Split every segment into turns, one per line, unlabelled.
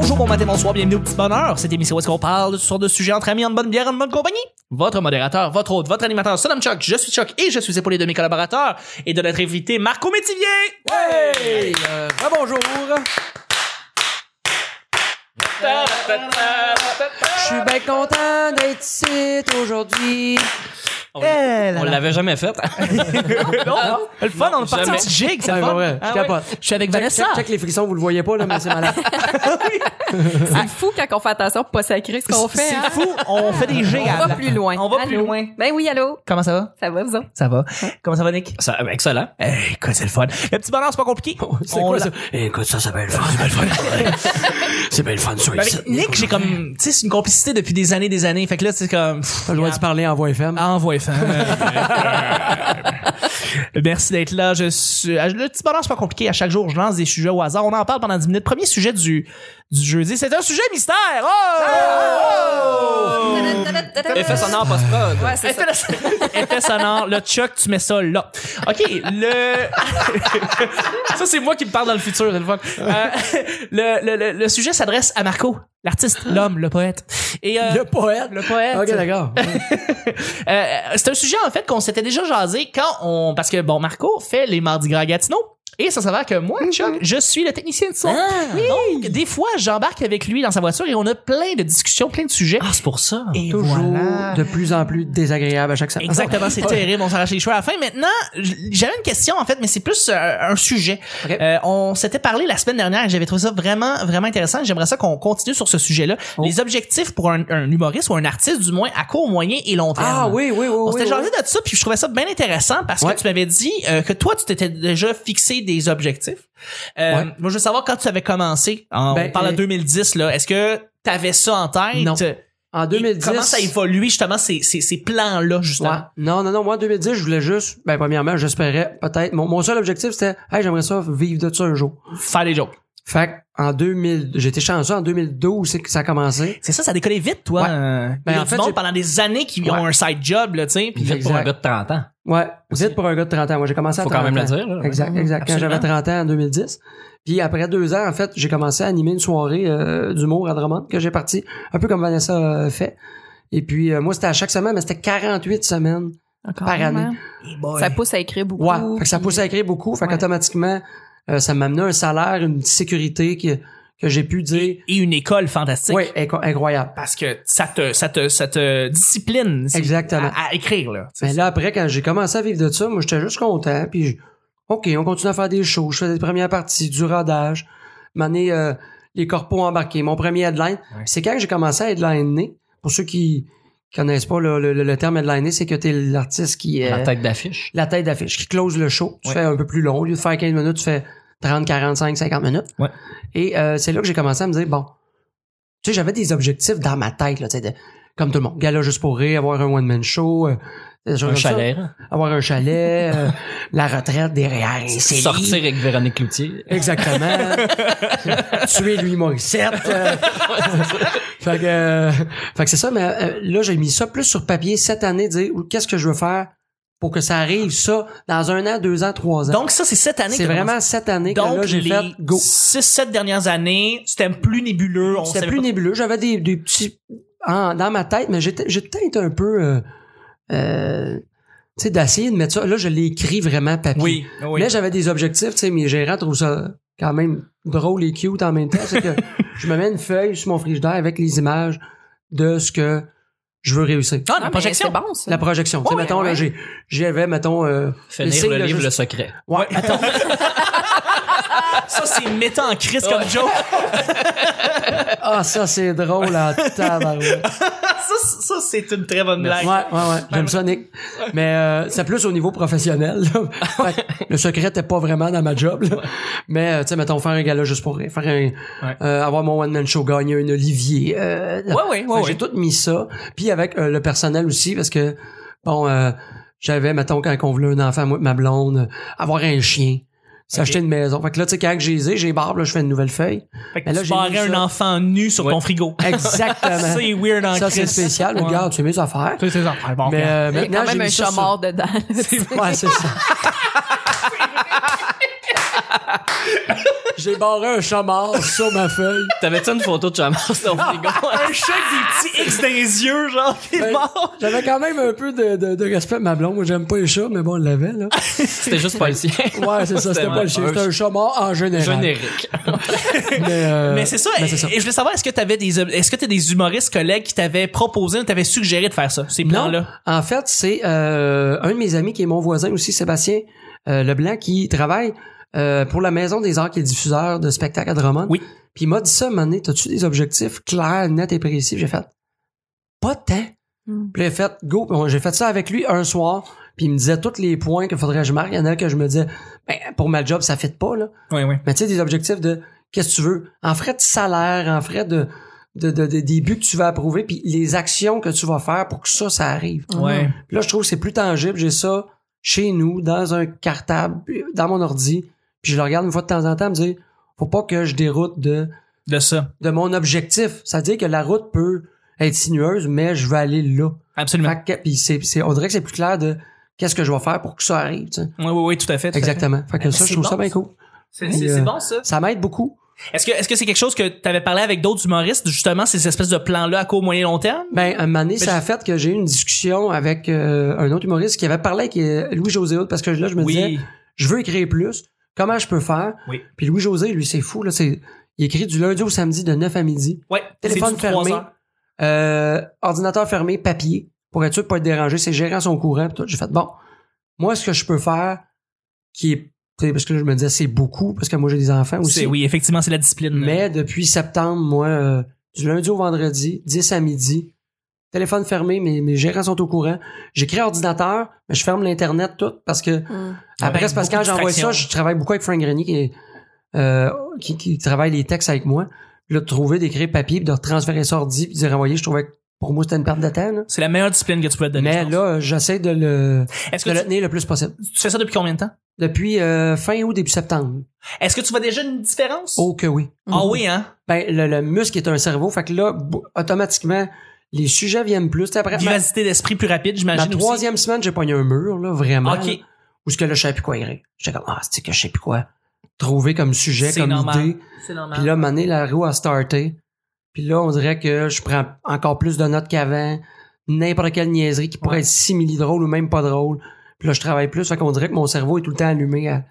bonsoir, bienvenue au Petit Bonheur. Cette émission où est-ce qu'on parle de toutes sortes de sujets entre amis, en bonne bière, en bonne compagnie. Votre modérateur, votre hôte, votre animateur, son nom Chuck, je suis Chuck et je suis épaulé de mes collaborateurs et de notre invité Marco Métivier.
Hey! Euh, ah, bonjour! Je suis bien content d'être ici aujourd'hui.
On,
Elle!
On l'avait jamais fait.
non, le fun, on est parti en
jamais.
petit jig, c'est
Ah,
le fun.
ouais, ouais, je
Ah ouais.
capote.
Je suis avec
Check,
Vanessa.
check, check les frissons, vous le voyez pas, là, mais c'est malade. Ah.
C'est fou quand on fait attention pour pas sacrer ce qu'on fait.
C'est
hein.
fou, on fait des gigs.
On va plus loin.
On va plus
Allô?
loin.
Ben oui, allô.
Comment ça va?
Ça va, vous autres?
Ça va. Comment ça va, Nick?
Ça, excellent.
Eh, écoute, c'est le fun. Le petit bonheur, c'est pas compliqué.
C'est
On
quoi
l'a-
ça? Eh, Écoute, ça, c'est bien le fun. C'est bien le fun. C'est bien le fun, ça,
Ben,
ici.
Avec Nick, j'ai comme, tu sais, c'est une complicité depuis des années, des années. Fait que là, c'est comme, pff,
T'as le droit de parler en voix FM.
envoie ça. Merci d'être là. Je suis, ah, le petit bonheur, c'est pas compliqué. À chaque jour, je lance des sujets au hasard. On en parle pendant 10 minutes. Premier sujet du, du jeudi. C'est un sujet mystère. Oh!
Effet sonore post-prod.
Ouais, c'est ça.
Effet de- effet sonore. Le Chuck, tu mets ça là. OK, le... ça, c'est moi qui me parle dans le futur, c'est le fun. Euh, le, le, le, le sujet s'adresse à Marco, l'artiste, l'homme, le poète. Et, euh,
Ah. Le poète.
le poète.
Ok, d'accord.
Euh, c'est un sujet en fait qu'on s'était déjà jasé quand on parce que bon Marco fait les Mardi Gras Gatineau et ça s'avère que moi
Mhm.
Chuck je suis le technicien de son.
Ah.
Donc des fois j'embarque avec lui dans sa voiture et on a plein de discussions, plein de sujets.
Ah, c'est pour ça.
Et
Toujours
voilà.
de plus en plus désagréable à chaque semaine.
Exactement, c'est terrible, on s'arrache les cheveux à la fin. Maintenant, j- j'avais une question en fait, mais c'est plus euh, un sujet.
Ok.
Euh, on s'était parlé la semaine dernière et j'avais trouvé ça vraiment, vraiment intéressant. J'aimerais ça qu'on continue sur ce sujet-là.
Oh.
Les objectifs pour un, un humoriste ou un artiste, du moins à court, moyen et long terme.
Ah oui, oui, oui.
On
oui,
s'était
oui.
jasé de ça, puis je trouvais ça bien intéressant parce
Ouais.
que tu m'avais dit euh, que toi, tu t'étais déjà fixé des objectifs. Euh,
Ouais.
Moi, je veux savoir quand tu avais commencé. En-
Ben,
on parle de
euh,
2010, là. Est-ce que tu avais ça en tête?
Non.
Et
En 2010.
Comment ça a évolué, justement, ces, ces, ces plans-là,
Ouais.
justement?
Non, non, non. Moi, en 2010, je voulais juste, ben, premièrement, j'espérais peut-être. Mon, mon seul objectif, c'était, hey, j'aimerais ça vivre de ça un jour.
Faire des jokes.
Fait que, en 2000, j'étais chanceux, en 2012, c'est que ça a commencé.
C'est ça, ça décollait vite, toi.
Ouais.
euh, il
Ben,
y a
en
du
fait,
monde
j'ai-
pendant des années qui
Ouais.
ont un side job, là, tu sais. puis-
Puis vite pour un
Exact.
gars de 30 ans.
Ouais. Vite pour un gars de 30 ans. Moi, j'ai commencé à
Faut
30
quand même le
ans.
dire, là.
Exact, exact. Quand
Absolument.
j'avais 30 ans en 2010. Puis après deux ans, en fait, j'ai commencé à animer une soirée euh, d'humour à Drummond que j'ai parti, un peu comme Vanessa euh, fait. Et puis, euh, moi, c'était à chaque semaine, mais c'était 48 semaines.
Encore
Par année.
hein.
Hey boy.
Ça pousse à écrire beaucoup.
Ouais. Fait que ça
puis-
poussait à écrire beaucoup. Fait
Ouais.
qu'automatiquement, euh, ça m'amenait un salaire, une sécurité que, que j'ai pu dire.
Et une école fantastique.
Oui, incroyable.
Parce que ça te, ça te, ça te discipline c'est-
Exactement.
à, à écrire, là.
Mais là, après, quand j'ai commencé à vivre de ça, moi, j'étais juste content. Puis, je- OK, on continue à faire des shows. Je faisais des premières parties, du rodage. M'amener euh, les corpos embarqués. Mon premier headline.
Ouais.
C'est quand j'ai commencé à headliner. Pour ceux qui qui connaissent pas le, le- le terme headliner, c'est que t'es l'artiste qui... euh,
La tête d'affiche.
la tête d'affiche qui close le show. Tu
Ouais.
fais un peu plus long. Au lieu de faire 15 minutes, tu fais 30, 45, 50 minutes.
Ouais.
Et euh, c'est là que j'ai commencé à me dire, bon, tu sais, j'avais des objectifs dans ma tête, là, tu sais, de- comme tout le monde. Gala juste pour rire, avoir un one-man show. euh, des choses
Un
comme ça.
chalet. hein.
Avoir un chalet, euh, la retraite derrière un CELI.
Sortir avec Véronique Cloutier.
Exactement. Tuer Louis Morissette. euh. fait que, euh, fait que c'est ça, mais euh, là, j'ai mis ça plus sur papier cette année, dire ou, qu'est-ce que je veux faire pour que ça arrive, ça, dans un an, deux ans, trois ans.
Donc, ça, c'est cette année
c'est
que t'as
vraiment cette année que
Donc,
là, j'ai
les
fait go.
6-7 dernières années, c'était plus nébuleux. On
C'était
savait
plus
pas-
nébuleux. J'avais des, des petits. en- dans ma tête, mais j'étais, j'étais peut-être un peu. euh, euh, tu sais, d'essayer de mettre ça. Là, je l'ai écrit vraiment papier.
Oui, oui.
Là, j'avais des objectifs, tu sais, mes gérants trouvent ça quand même drôle et cute en même temps. C'est que je me mets une feuille sur mon frigidaire avec les images de ce que je veux réussir.
Ah,
Ah,
la
mais
projection.
C'est bon, ça.
La projection. Tu sais,
Ouais,
mettons, là,
ouais.
j'ai, j'avais, mettons, euh,
Finir
signe
le,
de
livre
juste-
Le Secret.
ouais, attends.
Ça, c'est mettant en crise comme joke.
Ah, ça, c'est drôle, là, tabarouette.
ça, c'est- ça, c'est une très bonne blague.
Ouais, ouais, ouais. J'aime ça, Nick. Mais euh, c'est plus au niveau professionnel. là. Fait que le secret n'était pas vraiment dans ma job. là. Mais, euh, tu sais, mettons, faire un gala juste pour rire, faire un,
Ouais.
euh, avoir mon one-man show, gagner un Olivier. euh,
Ouais, ouais, ouais,
Fait que
ouais.
J'ai tout mis ça. Puis avec euh, le personnel aussi, parce que, bon, euh, j'avais, mettons, quand on voulait un enfant, moi, et ma blonde, euh, avoir un chien, s'acheter une maison. Fait que là, tu sais, quand j'ai les ai, j'ai barbe, là, je fais une nouvelle feuille.
Fait que
Mais Ben là,
tu
j'ai
barrais
mis
un
ça.
enfant nu sur ton frigo.
Exactement.
C'est weird hein, en
ça, c'est
crise.
spécial.
Ouais.
Regarde, tu mets mes affaires.
Ça, c'est ça. Ouais, bon,
Mais
regarde.
euh,
Il y a
maintenant,
quand
j'ai mis
même un
ça
chat
sur-
mort dedans. là.
Ouais, c'est ça. J'ai barré un chamard sur ma feuille.
T'avais-tu une photo de Chamas dans
Ah,
le frigo?
Un chèque des petits X dans les yeux, genre, qui est
Ben,
mort.
J'avais quand même un peu de, de, de respect pour ma blonde. Moi, j'aime pas les chats, mais bon, on l'avait, là.
C'était juste pas le sien.
Ouais, c'est ça. C'était pas le chien. C'était un chat mort en général.
Générique.
Mais, euh,
Mais c'est ça,
mais
et- Et, je voulais savoir, est-ce que t'avais des, est-ce que t'as des humoristes collègues qui t'avaient proposé ou t'avaient suggéré de faire ça, ces
Non,
plans-là?
en fait, c'est euh, un de mes amis qui est mon voisin aussi, Sébastien euh, Leblanc, qui travaille euh, pour la Maison des Arts, qui est diffuseur de spectacles à Drummond.
Oui.
Puis il m'a dit ça, Mané, t'as-tu des objectifs clairs, nets et précis? J'ai fait, pas de temps.
Mm.
Puis j'ai fait, go. Bon, J'ai fait ça avec lui un soir, puis il me disait tous les points qu'il faudrait que je marque. Il y en a que je me disais, ben, pour ma job, ça fit pas, là.
Oui, oui.
Mais tu sais, des objectifs de qu'est-ce que tu veux en frais de salaire, en frais de, de, de- de- des buts que tu vas approuver, puis les actions que tu vas faire pour que ça, ça arrive.
Mm.
Ouais.
Puis là, je trouve que c'est plus tangible. J'ai ça chez nous, dans un cartable, dans mon ordi, puis je le regarde une fois de temps en temps, me dire, faut pas que je déroute de,
De ça.
de mon objectif. Ça veut dire que la route peut être sinueuse, mais je vais aller là.
Absolument.
Fait que- puis c'est, c'est- on dirait que c'est plus clair de qu'est-ce que je vais faire pour que ça arrive. tu sais.
Oui, oui, oui, tout à fait. tout à fait.
Exactement. Fait que ça,
c'est
je trouve ça
bon,
bien cool.
C'est
Puis,
c'est-
euh,
c'est bon, ça.
Ça m'aide beaucoup.
Est-ce que, est-ce que c'est quelque chose que t'avais parlé avec d'autres humoristes, justement, ces espèces de plans-là à court, moyen, long terme?
Ben, un moment donné,
Ben,
ça a fait que j'ai eu une discussion avec euh, un autre humoriste qui avait parlé avec euh, Louis-José Hood, parce que là, je me disais, je veux écrire plus, comment je peux faire?
Oui.
Puis Louis-José, lui, c'est fou, là, c'est, il écrit du lundi au samedi de 9 à midi.
Ouais.
Téléphone
C'est du trois
fermé.
heures.
Euh, ordinateur fermé, papier, pour être sûr de pas être dérangé, ses gérants sont au courant. pis tout. J'ai fait, bon, moi, ce que je peux faire, qui est, tu sais, parce que là, je me disais, c'est beaucoup, parce que moi, j'ai des enfants aussi.
C'est- Oui, effectivement, c'est la discipline.
Mais depuis septembre, moi, euh, du lundi au vendredi, 10 à midi, téléphone fermé, mes, mes gérants sont au courant. J'écris à ordinateur, mais je ferme l'Internet tout parce que
Mm.
après,
ben,
c'est parce que
beaucoup
quand
de
j'envoie ça,
distractions.
je travaille beaucoup avec Frank Grenier qui, est, euh, qui, qui travaille les textes avec moi. Puis Là, de trouver, d'écrire papier, puis de transférer ça ordi, puis de les renvoyer, je trouvais que pour moi, c'était une perte de temps. là.
C'est la meilleure discipline que tu peux te donner.
Mais
je pense.
là, euh, j'essaie de le,
est-ce
de
que
le
tu,
tenir le plus possible.
tu fais ça depuis combien de temps?
Depuis euh, fin août, début septembre.
Est-ce que tu vois déjà une différence?
Oh que oui.
Ah oui, hein?
Ben, le, le muscle est un cerveau. Fait que là, bou- automatiquement, les sujets viennent plus. Tu sais, Après, ma,
Vivacité d'esprit plus rapide,
ma
j'imagine. aussi.
troisième semaine, j'ai pogné un mur, là, vraiment.
Ok.
là, où ce que là, je savais plus quoi écrire. J'étais comme, ah, c'est que je sais plus quoi trouver comme sujet,
C'est
comme
normal.
idée.
C'est normal.
Puis là, mané, la roue a starté. Puis là, on dirait que je prends encore plus de notes qu'avant. N'importe quelle niaiserie qui pourrait être simili drôle ou même pas drôle. Puis là, je travaille plus. Fait qu'on dirait que mon cerveau est tout le temps allumé à,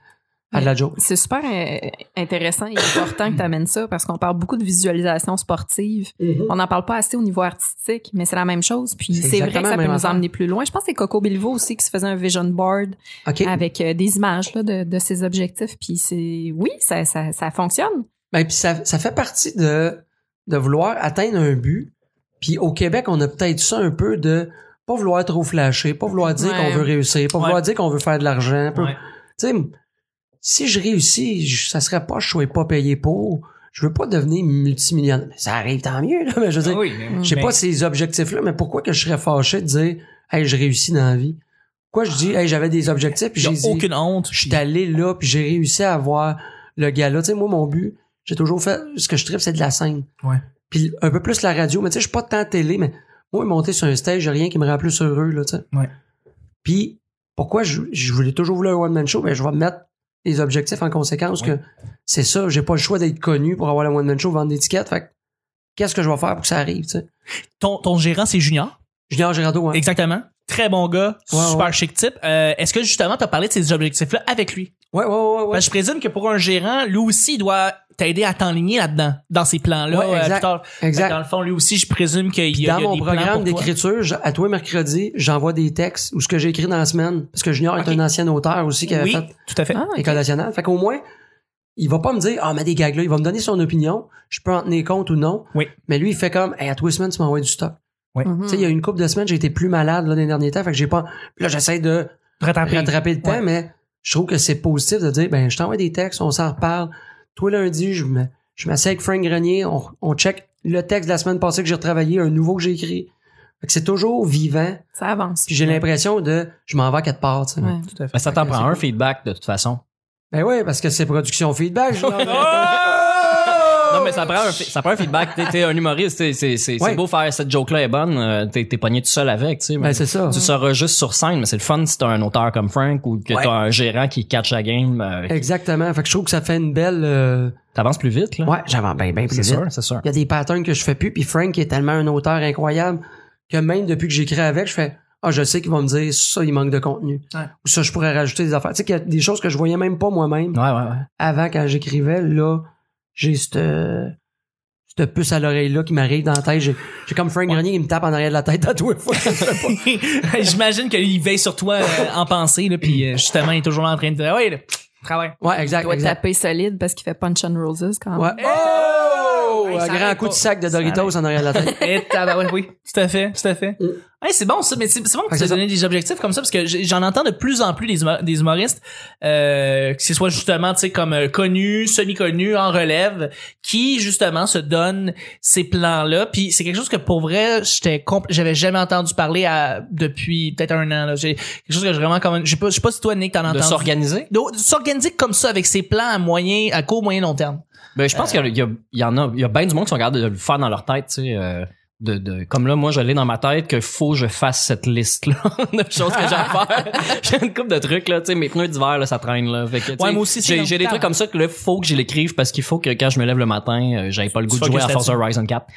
à de la joke.
C'est super euh, intéressant et important que tu amènes ça parce qu'on parle beaucoup de visualisation sportive. On n'en parle pas assez au niveau artistique, mais c'est la même chose. Puis
C'est
c'est vrai que
exactement
ça
la
peut
même
nous
affaire.
emmener plus loin. Je pense que c'est Coco Bilvaux aussi qui se faisait un vision board
OK.
avec euh, des images là, de, de ses objectifs. Puis c'est oui, ça, ça, ça fonctionne.
Ben, puis ça, ça fait partie de, de vouloir atteindre un but. Puis au Québec, on a peut-être ça un peu de pas vouloir trop flasher, pas vouloir dire
Ouais.
qu'on veut réussir, pas
Ouais.
vouloir dire qu'on veut faire de l'argent. pas-
Ouais.
Tu sais, si je réussis, je- ça serait pas, je serais pas payé pour. Je veux pas devenir multimillionnaire. Mais ça arrive tant mieux, là. Mais je veux dire,
Oui,
je sais
Ah mais-
pas ces objectifs-là, mais pourquoi que je serais fâché de dire, hey, je réussis dans la vie? Pourquoi je dis, hey, j'avais des objectifs, puis
J'ai
j'ai dit,
aucune honte.
je suis allé là, puis j'ai réussi à avoir le gars-là. Tu sais, moi, mon but, j'ai toujours fait... Ce que je tripe, c'est de la scène.
Ouais.
Puis un peu plus la radio. Mais tu sais, je suis pas tant télé, mais moi, monter sur un stage, j'ai rien qui me rend plus heureux, là, tu sais.
Ouais.
Puis, pourquoi je, je voulais toujours vouloir un one-man show? Ben, je vais mettre les objectifs en conséquence
Ouais.
que c'est ça, j'ai pas le choix d'être connu pour avoir le one-man show, vendre des tickets. Fait que, qu'est-ce que je vais faire pour que ça arrive, tu sais?
Ton, ton gérant, c'est Junior.
Julien Girardeau, hein?
Exactement. Très bon gars,
Ouais,
super
ouais.
chic type. Euh, Est-ce que justement, t'as parlé de ces objectifs-là avec lui?
Ouais, ouais, ouais, ouais.
Parce que je présume que pour un gérant, lui aussi, il doit t'aider à t'enligner là-dedans, dans ces plans-là.
Ouais, exact.
euh, plus tard.
Exact.
Dans le fond, lui aussi, je présume qu'il
Puis
y a,
dans
il y a
mon
des plans
programme
pour toi.
d'écriture, je- à toi mercredi, j'envoie des textes ou ce que j'ai écrit dans la semaine. Parce que Junior
Ok.
est un ancien auteur aussi qui avait
Oui,
fait Hein?
tout à fait.
Ah, ok.
École nationale. Fait qu'au moins, il va pas me dire, ah, mais des gags là, il va me donner son opinion. Je peux en tenir compte ou non.
Oui.
Mais lui, il fait comme, hey, à toi semaine, tu m'envoies du stock.
Mhm.
Tu sais, il y a une couple de semaines, j'ai été plus malade, là, les derniers temps. Fait que j'ai pas, là, j'essaie de
Rattraper.
rattraper le temps,
Ah, Ouais.
mais je trouve que c'est positif de dire, ben, je t'envoie des textes, on s'en reparle. Toi, lundi, je me- je m'assieds avec Frank Grenier, on, on check le texte de la semaine passée que j'ai retravaillé, un nouveau que j'ai écrit. Fait que c'est toujours vivant,
Ça avance.
puis j'ai l'impression de, je m'en vais à quatre parts, tu sais.
Ouais.
Tout à fait.
Mais Ben, ça t'en
Ok,
prend
c'est
un
cool.
feedback de toute façon.
Ben oui, parce que c'est production feedback. je-
Non, mais ça prend un, ça prend un feedback. T'es- T'es un humoriste. t'es- C'est c'est- c'est
Ouais.
beau faire cette joke-là est bonne. euh, T'es t'es pogné tout seul avec. Tu sais, mais
ben c'est ça.
tu seras juste sur scène, mais c'est le fun si t'as un auteur comme Frank ou que
Ouais.
t'as un gérant qui catch la game. euh,
Exactement. Fait que je trouve que ça fait une belle, euh,
T'avances plus vite, là.
Ouais, j'avance bien, bien plus
c'est
vite.
sûr, c'est sûr.
Il y a des patterns que je fais plus, puis Frank est tellement un auteur incroyable que même depuis que j'écris avec, je fais Ah, je sais qu'ils vont me dire ça, il manque de contenu.
Ouais.
Ou ça, je pourrais rajouter des affaires. Tu sais qu'il y a des choses que je voyais même pas moi-même
Ouais, ouais, ouais.
avant quand j'écrivais. Là, j'ai cette. Cette puce à l'oreille-là qui m'arrive dans la tête. J'ai j'ai comme Frank Grenier, il me tape en arrière de la tête à tous les fois.
J'imagine qu'il veille sur toi euh, en pensée, là, puis euh, justement, il est toujours là en train de dire Ah Ouais, là, travaille.
Ouais,
Il
exact.
doit
exact.
taper solide parce qu'il fait Punch and Roses quand même.
Ouais.
Hey!
Oh!
Hey, ça
Un grand
arrête
coup
pas.
de sac de
Ça
Doritos en arrière de la tête.
Et tabarouette, oui, tout à fait, tout à fait.
Mm.
Hey, c'est bon ça, mais c'est c'est bon que
Fait
tu
que
as
c'est
donné des objectifs comme ça parce que j'ai- j'en entends de plus en plus des, humo- des humoristes, euh, que ce soit justement tu sais comme euh, connus, semi-connus, en relève, qui justement se donnent ces plans-là. Puis c'est quelque chose que pour vrai, j'étais compl- j'avais jamais entendu parler à, depuis peut-être un an. là. J'ai quelque chose que j'ai vraiment comme, je sais pas, je sais pas si toi Nick t'en as
De
entendu.
s'organiser?
De- de s'organiser comme ça avec ses plans à moyen, à court, moyen, long terme.
Ben, je
Euh.
pense qu'il y a- il y, a- il y en a, il y a bien du monde qui sont capables de le faire dans leur tête, tu sais. euh, de, de, comme là, moi, je l'ai dans ma tête que faut que je fasse cette liste-là de choses que j'ai à faire. j'ai une couple de trucs, là, tu sais, mes pneus d'hiver, là, ça traîne, là. Fait que, tu sais,
Ouais, moi aussi, c'est
J'ai,
dans
j'ai
le
des
temps.
trucs comme ça que là, faut que je l'écrive parce qu'il faut que quand je me lève le matin, euh, j'avais pas le goût de
sois
jouer à
juste
Forza Horizon 4.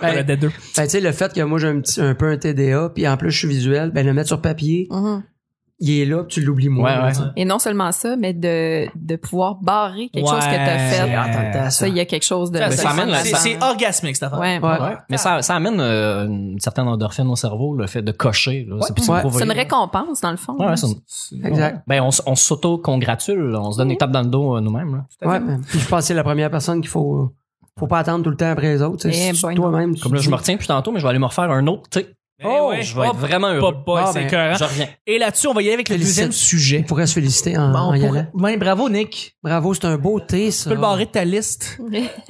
Ben,
Red Dead 2.
Ben, tu sais, le fait que moi, j'ai un, petit, un peu un TDA, puis en plus, je suis visuel, ben, le mettre sur papier,
Mhm.
il est là, puis tu l'oublies moins.
Ouais, ouais.
Et non seulement ça, mais de, de pouvoir barrer quelque chose que t'as
Ouais.
fait.
Ah, t'as le temps, ça.
Ça, il y a quelque chose de...
Ça,
Ben,
c'est-
ça amène la-
c'est- C'est orgasmique cette affaire.
Ouais.
Ouais.
Ouais. Mais ça, ça amène euh, une certaine endorphine au cerveau, le fait de cocher. là. C'est,
Ouais.
prouvé,
C'est une
là.
récompense, dans le fond. hein.
Ouais,
là.
ouais, c'est une-
Exact.
Ben, on, s- on s'auto-congratule, là. on se donne des tapes dans le dos euh, nous-mêmes. là.
Ouais, ben, puis je pense que c'est la première personne qu'il faut, faut pas attendre tout le temps après les autres. tu sais,
Eh,
si
ben
boy,
Toi-même, tu-
Comme là, je me retiens plus tantôt, mais je vais aller me refaire un autre, tu sais.
Eh
Oh,
ouais.
je vais être
Hop,
vraiment heureux.
Pop, boy,
Ah,
c'est
ben,
écœurant.
Je reviens.
Et là-dessus, on va y aller avec le
Félicite.
deuxième sujet.
on pourrait se féliciter en,
Bon,
en
on
y
pourrait-
allant.
Ouais, bravo, Nick.
Bravo, c'est un beau thé, ça.
Tu peux le barrer de ta liste.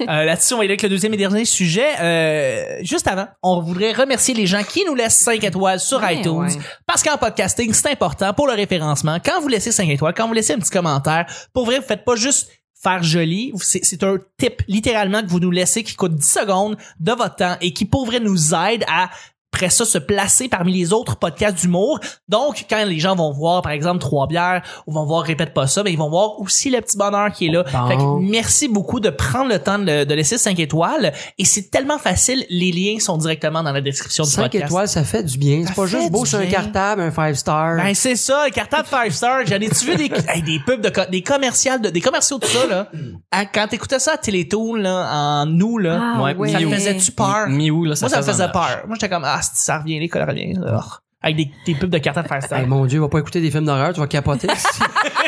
Euh, Là-dessus, on va y aller avec le deuxième et dernier sujet. Euh, juste avant, on voudrait remercier les gens qui nous laissent 5 étoiles sur
Ouais,
iTunes.
ouais.
Parce qu'en podcasting, c'est important pour le référencement. Quand vous laissez 5 étoiles, quand vous laissez un petit commentaire, pour vrai, vous faites pas juste faire joli. C'est c'est un tip, littéralement, que vous nous laissez qui coûte 10 secondes de votre temps et qui, pour vrai, nous aide à après ça, se placer parmi les autres podcasts d'humour. Donc, quand les gens vont voir, par exemple, Trois Bières, ou vont voir Répète pas ça, mais ils vont voir aussi le petit bonheur qui est là.
Bon.
Fait que merci beaucoup de prendre le temps de, de laisser 5 étoiles. Et c'est tellement facile. Les liens sont directement dans la description du
5
podcast.
étoiles, ça fait du bien.
Ça
C'est pas
fait
juste beau
du
sur un
bien.
cartable, un 5 star.
Ben c'est ça, le cartable 5 star, j'en ai-tu vu des, hey, des pubs de co- des commerciales de, des commerciaux de ça là. À- quand t'écoutais ça à Télétoon là, en nous là,
Ah
Ouais,
ouais.
ça me
oui.
faisait-tu peur?
Mi- mi-août, là,
Moi ça me faisait
un marche.
peur. Moi j'étais comme ah si ça revient les colériens là. avec des, des pubs de cartable 5 star.
Hey, mon Dieu, va pas écouter des films d'horreur, tu vas capoter. si,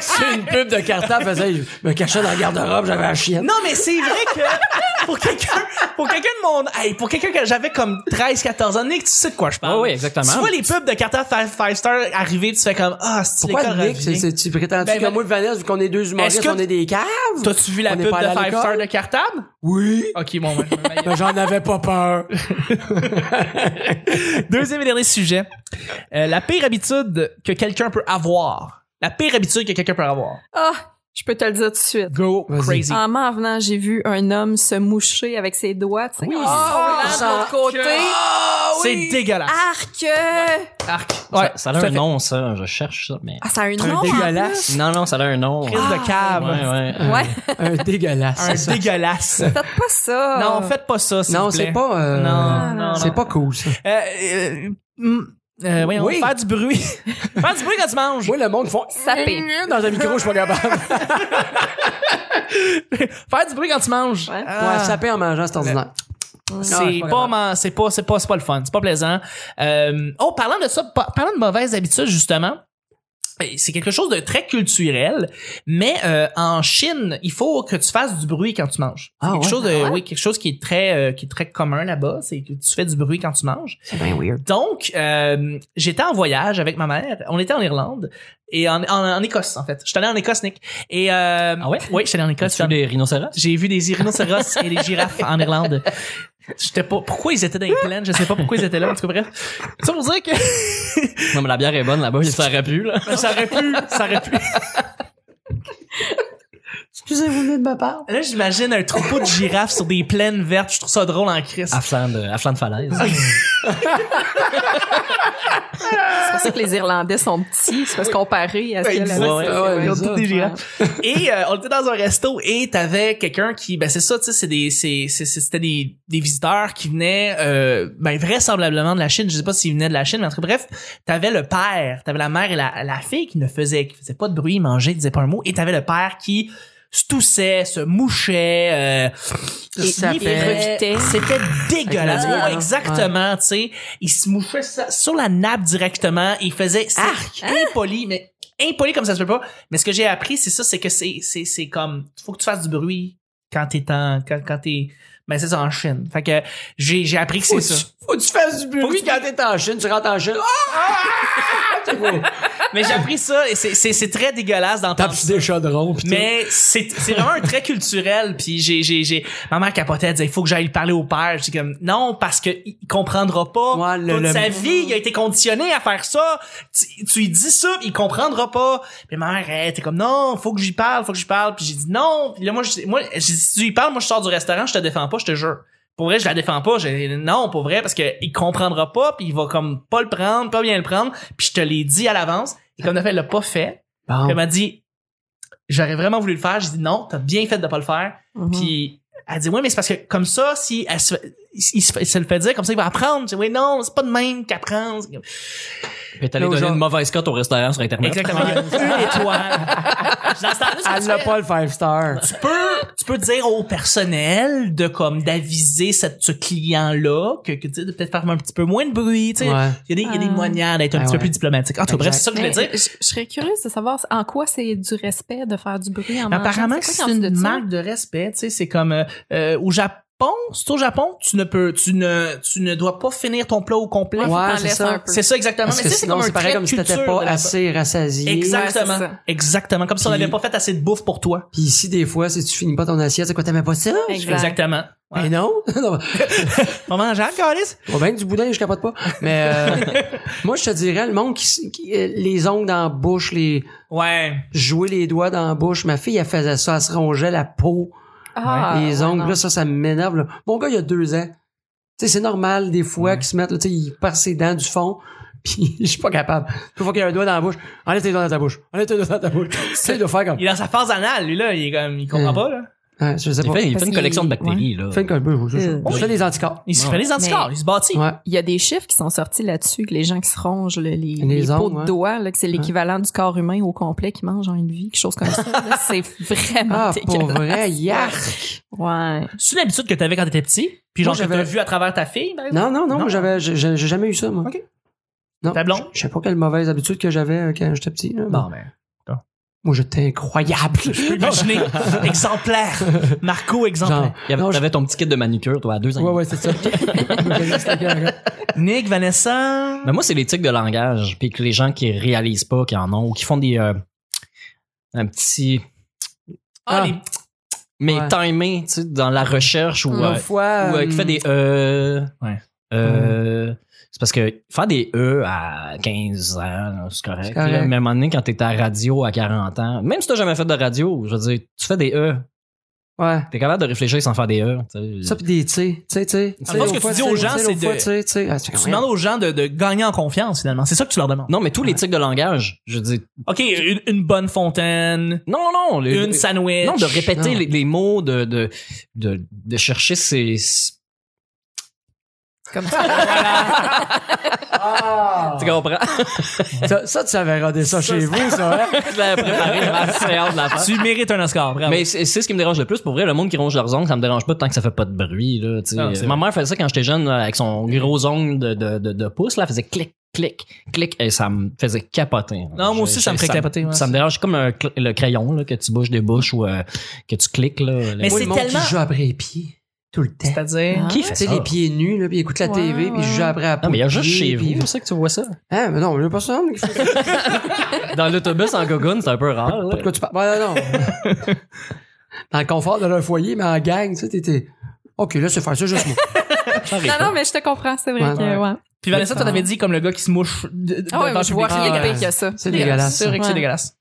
si une pub de cartable faisait, je me cachais dans la garde-robe, j'avais la chienne.
Non, mais c'est vrai que pour quelqu'un, pour quelqu'un de mon, hey, pour quelqu'un que j'avais comme 13, 14 ans, Nick, tu sais de quoi je parle.
Ouais,
Oh
ouais, exactement.
Tu vois les pubs de cartable 5 star arriver, tu fais comme, ah, c'est les
Pourquoi, Nick, c'est-
colériens.
c'est- tu prétends-tu
Ben,
que
ben-
moi et Vanessa, vu qu'on est deux humoristes,
Est-ce que-
on est des caves?
T'as-tu vu la
On est
pub de
pas allé à
5
l'école?
star de cartable?
Oui.
Ok, bon, ben, je me mets-
Mais j'en avais pas peur.
Deuxième et dernier sujet. Euh, la pire habitude que quelqu'un peut avoir. La pire habitude que quelqu'un peut avoir.
Ah, je peux te le dire tout de suite.
Go
Vas-y.
crazy.
En m'en venant, j'ai vu un homme se moucher avec ses doigts, tu sais, en frôlant de l'autre côté.
Ah
C'est dégueulasse.
Arc!
Arc. Ouais,
Ça, ça a
tout à
un
fait.
nom, ça. Je cherche ça, mais.
Ah, ça a un
Un
nom, en
dégueulasse.
Non, non, ça a un nom.
Crise de cave.
Ah. Ouais, ouais. Euh,
plus. Ouais,
Un dégueulasse.
Un dégueulasse.
faites pas ça.
non, faites pas ça, s'il
Ah. Non,
vous plaît.
c'est pas. euh,
Non, non,
C'est
non.
pas cool, ça.
Euh, euh, mm, euh, voyons,
Oui.
faire du bruit. faire du bruit quand tu manges.
Moi, le monde font.
Saper.
Dans un micro, je suis pas capable.
Faire du bruit quand tu manges.
Ouais.
Ah.
Ouais, saper en mangeant, c'est ordinaire. Ah,
C'est
je suis pas
pas,
capable.
man- c'est pas, c'est pas, c'est pas le fun. C'est pas plaisant. Euh, oh, parlant de ça, pa- parlant de mauvaises habitudes, justement. eh, C'est quelque chose de très culturel, mais euh, en Chine, il faut que tu fasses du bruit quand tu manges. C'est
Ah
quelque
ouais?
chose de, oui, quelque chose qui est très, euh, qui est très commun là-bas, c'est que tu fais du bruit quand tu manges.
C'est bien weird.
Donc, euh, j'étais en voyage avec ma mère. On était en Irlande et en, en, en Écosse en fait. J'étais allé en Écosse, Nick. Et euh,
Ah ouais?
oui, j'étais allé en Écosse.
As-tu vu des rhinocéros?
J'ai vu des rhinocéros et des girafes en Irlande. J'étais pas. Pourquoi ils étaient dans les plaines? Je sais pas pourquoi ils étaient là, en tout cas, bref. Ça pour dire que
Non, mais la bière est bonne là-bas, ça aurait pu, là.
ça aurait pu. Ça aurait pu.
Excusez, vous venez de me parler.
Là, j'imagine un troupeau de girafes sur des plaines vertes. Je trouve ça drôle en Christ.
À flanc de, à flanc de
Ah,
falaise.
C'est pour ça que les Irlandais sont petits. C'est parce qu'on parie à ce
Ouais,
que
exact.
la-
Ouais,
c'est-
ouais,
ouais,
ils ont
ouais.
tous des girafes. Et euh, on était dans un resto et t'avais quelqu'un qui, ben c'est ça, tu sais, c'est des, c'est, c'est- c'est- c'était des, des visiteurs qui venaient, euh, ben vraisemblablement de la Chine. Je sais pas s'ils venaient de la Chine, mais en tout cas, bref, t'avais le père, t'avais la mère et la, la fille qui ne faisaient, qui faisait pas de bruit, mangeait, disait pas un mot, et t'avais le père qui se toussait, se mouchait, euh,
Il
sniffait.
s'appelait.
C'était dégueulasse.
Avec la-
Ouais, exactement, tu sais. Il se mouchait sa- sur la nappe directement. Il faisait, c'est impoli, mais impoli comme ça se peut pas. Mais ce que j'ai appris, c'est ça, c'est que c'est, c'est, c'est comme, faut que tu fasses du bruit quand t'es en, quand, quand t'es, ben c'est ça en Chine. Fait que j'ai, j'ai appris que c'est
Faut
ça.
tu- Faut que tu fasses du bruit quand t'es en Chine, tu rentres en Oh, Chine. Ah! C'est beau.
Mais j'ai appris ça et c'est, c'est, c'est très dégueulasse d'entendre
des chaudrons. pis tout.
Mais c'est c'est vraiment un trait culturel. Puis j'ai j'ai j'ai ma mère capotait, elle disait il faut que j'aille parler au père. J'étais comme non parce que il comprendra pas.
Ouais, le-
Toute
le-
sa vie, il a été conditionné à faire ça. Tu, tu lui dis ça, puis il comprendra pas. Puis ma mère elle était comme non, faut que j'y parle, faut que j'y parle. Puis j'ai dit non. Puis là moi je- moi j'ai dit, si tu y parles, moi je sors du restaurant, je te défends pas, je te jure. Pour vrai, je la défends pas. J'ai dit, non, pour vrai, parce que il comprendra pas, puis il va comme pas le prendre, pas bien le prendre. Puis je te l'ai dit à l'avance. Et comme de fait, elle l'a pas fait. Puis
Bon.
Elle m'a dit, j'aurais vraiment voulu le faire. J'ai dit non, t'as bien fait de pas le faire.
Mhm.
Puis elle dit, oui, mais c'est parce que comme ça, si elle se, fait- il, il se, fait- il se le fait dire, comme ça, il va apprendre. J'ai dit, oui, non, c'est pas de même qu'elle apprend.
Puis t'allais donner
genre-
une mauvaise cote au restaurant sur Internet.
Exactement. Il y a une étoile. Dans ce temps-là, ce que
Elle
tu
n'a
fais,
pas le five star.
tu peux, tu peux dire au personnel de comme d'aviser cette- ce client-là que, que tu sais, de peut-être faire un petit peu moins de bruit. Tu sais.
Ouais.
Il y a des, il y a des
Ah.
manières d'être un
Ah
petit
ouais.
peu plus diplomatique. En tout cas, bref, c'est ça que je
Mais
voulais dire.
je, je serais curieuse de savoir en quoi c'est du respect de faire du bruit en
Mais
mangeant.
Apparemment,
quoi
c'est
qu'ils ont
une
de ça?
marque de respect. Tu sais, c'est comme euh, euh, au Japon. C'est au Japon, tu ne peux, tu ne, tu ne dois pas finir ton plat au complet.
Ouais, faut
Ouais,
t'en
c'est
laisser
ça.
un peu.
C'est ça exactement.
Parce
Mais
que
tu sais, c'est
sinon,
comme un
c'est pareil
trait
comme
de
si t'étais
culture
pas
de là-bas.
assez rassasié.
Exactement,
Ouais, c'est ça.
exactement. Comme si on
Puis-
n'avait pas fait assez de bouffe pour toi.
Puis ici, des fois, si tu finis pas ton assiette, c'est quoi, t'aimais pas ça?
Exact.
Exactement.
Mais non. Non.
Maman Jean, Calis.
Pas bien que du boudin, je capote pas. Mais euh, moi, je te dirais, le monde qui, s- qui, euh, les ongles dans la bouche, les
Ouais.
jouer les doigts dans la bouche. Ma fille, elle faisait ça, elle se rongeait la peau,
Ah,
les
ouais,
ongles.
non.
Là, ça, ça m'énerve. là. Mon gars, il y a deux ans. Tu sais, c'est normal des fois qu'il se mette, là, tu sais, il perd ses dents du fond. Puis je suis pas capable. Tout fois qu'il y a un doigt dans la bouche, enlève tes doigts dans ta bouche. Enlève tes doigts dans ta bouche. Essaye de faire comme.
Il est dans sa phase anale, lui, là. Il est comme, il comprend
Hum.
pas, là.
Ouais, je sais
Il
pas.
fait, il
Parce
fait une
qu'il-
collection de bactéries, là.
Fais une colle- je- je- je- je fais des anticorps.
Il se fait les anticorps.
Mais-
Il se bâtit.
Ouais.
Il y a des chiffres qui sont sortis là-dessus, que les gens qui se rongent le- les, les
ongles,
peaux de
ouais.
doigts, là, que c'est l'équivalent du corps humain au complet qui mange en une vie, quelque chose comme ça. là. C'est vraiment
Ah, pour
dégueulasse.
vrai, yark!
Ouais.
C'est une habitude que t'avais quand t'étais petit. Puis genre,
Moi,
que t'as
j'avais-
vu à travers ta fille. par exemple?
Non, non, non,
Non.
moi, j'avais, j'ai, j'ai jamais eu ça, moi.
Ok.
Non.
Ta blonde?
Je je sais pas quelle mauvaise habitude que j'avais euh, quand j'étais petit. là, mais-
Bon, ben.
Moi, j'étais incroyable.
Imaginez. exemplaire. Marco, exemplaire.
Genre,
Il y avait-
Non, je-
T'avais ton petit kit de manucure, toi, à deux ans.
ouais, ouais, c'est ça. ouais,
Nick, Vanessa.
Mais moi, c'est les tics de langage, puis que les gens qui réalisent pas qu'ils en ont, ou qui font des. euh, un petit.
Ah,
Ah.
les-
Mais
Ouais.
timé, tu sais, dans la recherche, ou.
Mm.
euh,
une fois.
ou euh,
euh,
qui fait des E. Euh, C'est parce que faire des E à 15 ans, là, c'est correct.
C'est correct.
là. mais à un moment donné, quand t'es à la radio à 40 ans, même si t'as jamais fait de radio, je veux dire, tu fais des E.
Ouais.
T'es capable de réfléchir sans faire des E. tu sais.
Ça, pis des, tu sais, tu sais, tu sais.
Ah, moi, ce que tu dis aux gens, c'est de-
Tu sais, tu sais. Ah, c'est
Tu
quand même-
demandes aux gens de, de gagner en confiance, finalement. C'est ça que tu leur demandes.
Non, mais tous les tics de langage, je dis.
OK, une, une bonne fontaine,
Non, non, le-
une sandwich.
non, de répéter
Euh, Non.
Les, les mots, de, de, de, de chercher ces. ces-
Comme ça.
Tu comprends?
Ça, ça, tu savais rader ça, chez vous, ça, hein?
Je l'avais préparé, ma séance de la fin.
Tu mérites un Oscar, bravo.
Mais c'est c'est ce qui me dérange le plus. Pour vrai, le monde qui ronge leurs ongles, ça me dérange pas tant que ça fait pas de bruit. Là, tu sais.
Non, Ah, c'est Mm-hmm.
Ma mère faisait ça quand j'étais jeune là, avec son gros ongle de, de, de, de pouce. Là, elle faisait clic, clic, clic et ça me faisait capoter. hein.
Non, moi aussi,
Je-
ça me ferait capoter, ouais.
Ça me dérange comme un cl- le crayon là, que tu bouges des bouches ou euh, que tu cliques. Là,
Mais
Moi,
c'est
le monde
tellement-
qui joue après les pieds. Tout le temps.
C'est-à-dire...
Qui
Tu sais, les pieds nus, là, pis ils écoutent la
Ouais,
TV, pis ils
ouais.
jouent après la
Non, mais il y a juste
poupée,
chez
puis-
vous, ça que tu vois ça.
Hein, mais non, il y a pas ça, mais qui fait ça.
Dans l'autobus en gogoon, c'est un peu rare. là.
Pas de quoi tu parles. Ouais, non, non. Dans le confort de leur foyer, mais en gang, tu sais, t'étais. OK, là, c'est faire ça juste moi.
T'arrives
Non,
pas.
non, mais je te comprends, c'est vrai
Ouais.
que, Ah ouais.
Puis Vanessa, t'en avais dit comme le gars qui se mouche de, de-
Ah ouais,
dans
moi,
le
je vois
public.
rien de
dégueulasse.
pire que ça.
C'est dégueulasse.
C'est vrai que c'est
Ouais.
dégueulasse.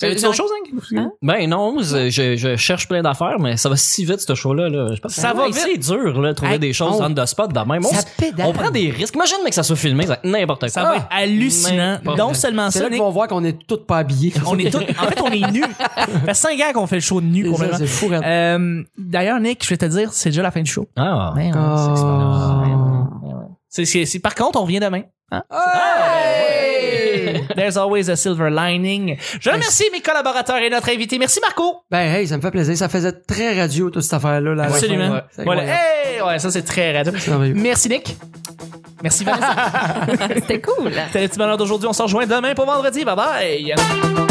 C'est autre chose, hein?
Ben non, je, je- je cherche plein d'affaires, mais ça va si vite, ce show-là. Là. Je pense que
Ça va
hey,
vite.
C'est dur, là, de trouver
Hey,
des choses
on-
on the spot de même. On,
Ça
s-
pédale.
on prend des risques. Imagine, mais que ça soit filmé, ça- n'importe quoi.
Ça va être
Ah!
hallucinant.
N'importe
Non
quoi.
seulement
C'est
ça,
là qu'ils vont voir qu'on est tous pas habillés.
Nick, on est tous- en fait, on est nus. Ça fait cinq ans qu'on fait le show de nu,
C'est ça,
complètement.
c'est fou. raide.
Euh, D'ailleurs, Nick, je vais te dire, c'est déjà la fin du show.
Ah.
hein,
Ouais, ouais, c'est- c'est pas grave. Ouais, ouais. C'est- c'est- c'est- Par contre, on revient demain. Hein?
Hey!
There's always a silver lining. Je remercie mes collaborateurs et notre invité. Merci Marco.
Ben, hey, ça me fait plaisir. Ça faisait très radio, toute cette affaire-là. la-
Absolument.
Ouais, c'est
Voilà.
incroyable.
Hey! Ouais, ça c'est très rare.
C'est merveilleux.
Merci Nick. Merci Vanessa.
C'était cool.
C'était le petit bonheur d'aujourd'hui. On se rejoint demain pour vendredi. Bye bye.